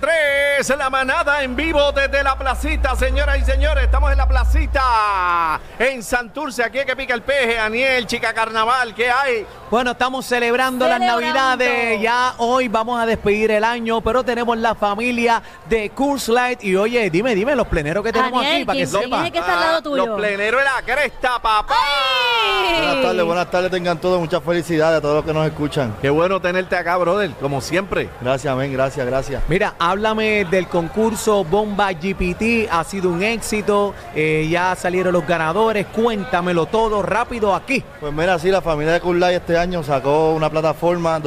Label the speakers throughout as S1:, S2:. S1: Tres, la manada en vivo desde la placita, señoras y señores. Estamos en la placita en Santurce, aquí es que pica el peje. Aniel, chica carnaval, ¿qué hay?
S2: Bueno, estamos celebrando,
S3: Celebrando.
S2: las Navidades. Ya hoy vamos a despedir el año, pero tenemos la familia de Curse Light. Y oye, dime, dime los pleneros que tenemos
S3: Daniel,
S2: aquí para que
S3: quien
S2: sepa.
S3: tiene que estar al lado tuyo.
S1: Ah, Los pleneros de la cresta, papá.
S4: Buenas tardes, buenas tardes, tengan todos muchas felicidades a todos los que nos escuchan.
S1: Qué bueno tenerte acá, brother, como siempre.
S4: Gracias, amén, gracias, gracias.
S2: Mira, háblame del concurso Bomba GPT. Ha sido un éxito. eh, ya salieron los ganadores. Cuéntamelo todo rápido aquí.
S4: Pues mira, sí, la familia de Kulai este año sacó una plataforma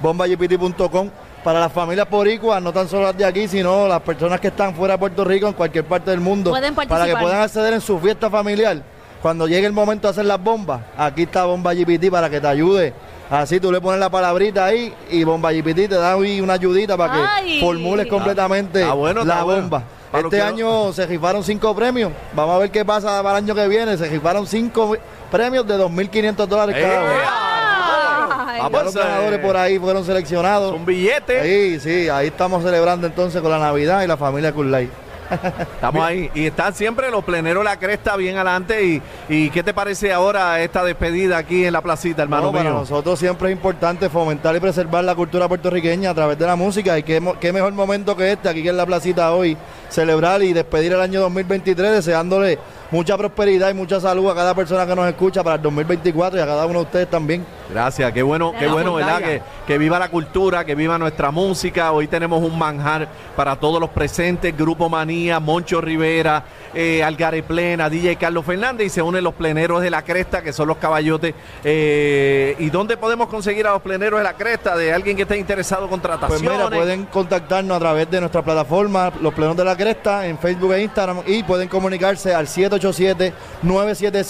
S4: www.bombagpt.com para las familias boricuas, no tan solo las de aquí, sino las personas que están fuera de Puerto Rico, en cualquier parte del mundo,
S3: Pueden
S4: para que
S3: participar.
S4: puedan acceder en su fiesta familiar. Cuando llegue el momento de hacer las bombas, aquí está Bomba GPT para que te ayude. Así tú le pones la palabrita ahí y Bomba GPT te da ahí una ayudita para que
S3: Ay.
S4: formules completamente
S1: Está Ah, bueno,
S4: la
S1: está bueno.
S4: bomba.
S1: Para los
S4: Este
S1: que no-
S4: año se rifaron cinco premios. Vamos a ver qué pasa para el año que viene. Se rifaron cinco premios de 2.500 dólares cada uno.
S1: ¡Ea!
S3: Ay.
S4: Ya
S1: Vamos,
S4: los ganadores
S1: ah, eh,
S4: por ahí fueron seleccionados.
S1: Un billete.
S4: Ahí, sí, ahí estamos celebrando entonces con la Navidad y la familia Kulai.
S1: Estamos ahí. Y están siempre los pleneros de la cresta bien adelante. Y, ¿Y qué te parece ahora esta despedida aquí en la placita, hermano
S4: No, para
S1: mío?
S4: nosotros siempre es importante fomentar y preservar la cultura puertorriqueña a través de la música. Y qué, mo- qué mejor momento que este, aquí que en la placita hoy, celebrar y despedir el año 2023, deseándole mucha prosperidad y mucha salud a cada persona que nos escucha para el 2024 y a cada uno de ustedes también.
S1: Gracias, qué bueno, qué
S2: Gracias,
S1: bueno, ¿verdad?
S2: Bulgaria.
S1: Que, que viva la cultura, que viva nuestra música. Hoy tenemos un manjar para todos los presentes, Grupo Manía, Moncho Rivera, eh, Algaré Plena, DJ Carlos Fernández y se unen los pleneros de la cresta, que son los caballotes. Eh, ¿Y dónde podemos conseguir a los pleneros de la cresta? De alguien que esté interesado en
S4: Pues
S1: contrataciones.
S4: mira, pueden contactarnos a través de nuestra plataforma Los Plenos de la Cresta en Facebook e Instagram y pueden comunicarse al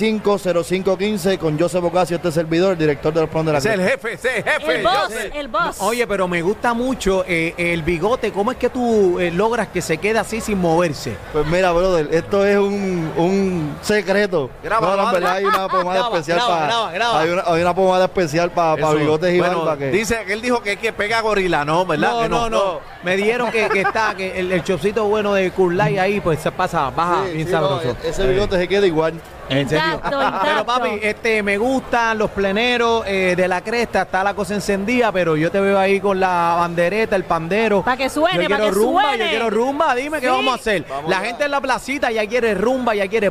S4: 787-975-0515 con Joseph Ocasio, este servidor, el director de Los Plenos de la
S1: Ese es el
S4: Cresta.
S1: jefe, ese es el jefe.
S3: El
S1: yo
S3: boss,
S1: sé.
S3: el boss.
S2: Oye, pero me gusta mucho eh, el bigote. ¿Cómo es que tú eh, logras que se quede así sin moverse?
S4: Pues mira, brother, esto es un, un secreto.
S1: Graba,
S4: no, no, en
S1: graba.
S4: verdad hay una pomada
S2: Graba,
S4: especial
S2: graba,
S4: para...
S2: graba, graba.
S4: Hay, una, hay una pomada especial para
S1: Eso.
S4: bigotes y
S1: Bueno,
S4: barba que...
S1: Dice que él dijo que, que pega gorila, ¿no? ¿Verdad?
S2: No,
S1: Que
S2: no, no, Me dieron que, que está, que el, el chopcito bueno de Kurlai ahí, pues se pasa, baja
S4: Sí,
S2: bien
S4: Ah, sí, no,
S2: sabroso.
S4: ese bigote se queda igual.
S2: En serio. Ah,
S3: Intacto,
S2: Pero
S3: intacto.
S2: papi, este, me gustan los pleneros eh, de la cresta, está la cosa encendida, pero yo te veo ahí con la bandereta, el pandero.
S3: Pa' que suene,
S2: yo
S3: pa'
S2: quiero
S3: que
S2: rumba,
S3: suene.
S2: Yo quiero rumba, dime qué
S3: Sí.
S2: vamos a hacer.
S4: Vamos
S2: la
S4: ya.
S2: gente en la placita ya quiere rumba, ya quiere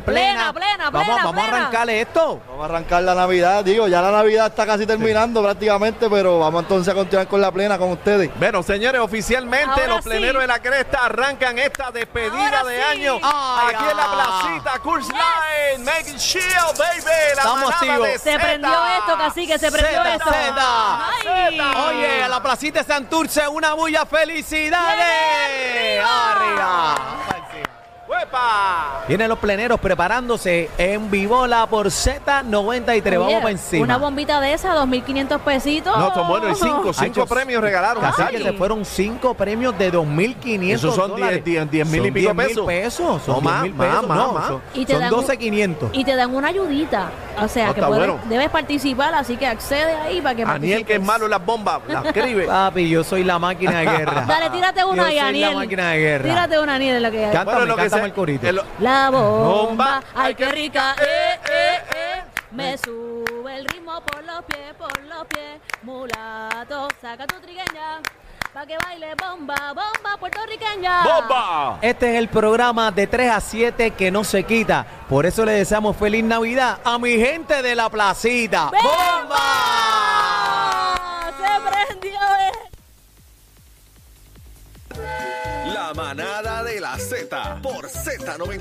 S3: Plena,
S2: plena.
S3: plena,
S2: vamos,
S3: plena,
S2: vamos a
S3: plena.
S2: arrancarle esto.
S4: Vamos a arrancar la Navidad, digo, ya la Navidad está casi terminando prácticamente, pero vamos entonces a continuar con la plena con ustedes.
S1: Bueno, señores, oficialmente
S3: Ahora
S1: los
S3: sí.
S1: pleneros de la cresta arrancan esta despedida
S3: Ahora
S1: de
S3: sí.
S1: año
S2: Ay,
S1: aquí en la
S2: ay.
S1: placita Curse Line, Making Shield, baby, la
S2: Estamos
S1: manada
S2: activos.
S1: de
S3: Se
S1: Zeta.
S3: prendió esto, cacique, se prendió
S2: Zeta,
S3: esto.
S2: Zeta,
S3: Ay.
S2: Oye, a la placita de Santurce, una bulla, felicidades.
S3: Viene arriba.
S2: Arriba.
S1: ¡Uepa!
S2: Vienen los pleneros preparándose en Vivola por Z93.
S3: Oye,
S2: Vamos para encima.
S3: Una bombita de esa, 2.500 pesitos.
S1: No, son buenos, y cinco,
S2: Ay,
S1: cinco
S2: Dios.
S1: premios regalaron.
S2: Así que
S1: Cacique.
S2: se fueron cinco premios de 2.500
S1: Esos son
S2: dólares.
S1: 10, 10 mil y
S2: Son
S1: pico
S2: 10 mil
S1: pesos. No,
S2: Son 10
S1: más,
S2: mil
S1: más,
S2: pesos.
S1: más,
S2: no,
S1: más.
S2: son-
S3: Y te
S2: Son
S3: dan un-
S2: 12.500.
S3: Y te dan una ayudita. O sea,
S1: No,
S3: que
S1: está
S3: puedes-
S1: bueno.
S3: debes participar, así que accede ahí para que
S1: Aniel, que es
S3: participes.
S1: malo en las bombas, la escribe.
S2: Papi, yo soy la máquina de guerra.
S3: Dale, tírate una
S2: Yo
S3: ahí,
S2: soy la
S3: Aniel.
S2: máquina de guerra.
S3: Tírate una, Aniel, en lo que hay.
S2: Cántame,
S1: lo que
S2: cántame
S1: sea-
S2: el corito.
S1: el-
S3: La
S1: Bomba.
S3: bomba, ay qué rica, eh, eh, eh. Me sube el ritmo por los pies, por los pies. Mulato, saca tu trigueña. Pa' que baile bomba, bomba puertorriqueña.
S1: ¡Bomba!
S2: Este es el programa de 3 a 7 que no se quita. Por eso le deseamos feliz Navidad a mi gente de la placita.
S3: ¡Bomba! Se prendió eh.
S5: La manada de la Z por Z93.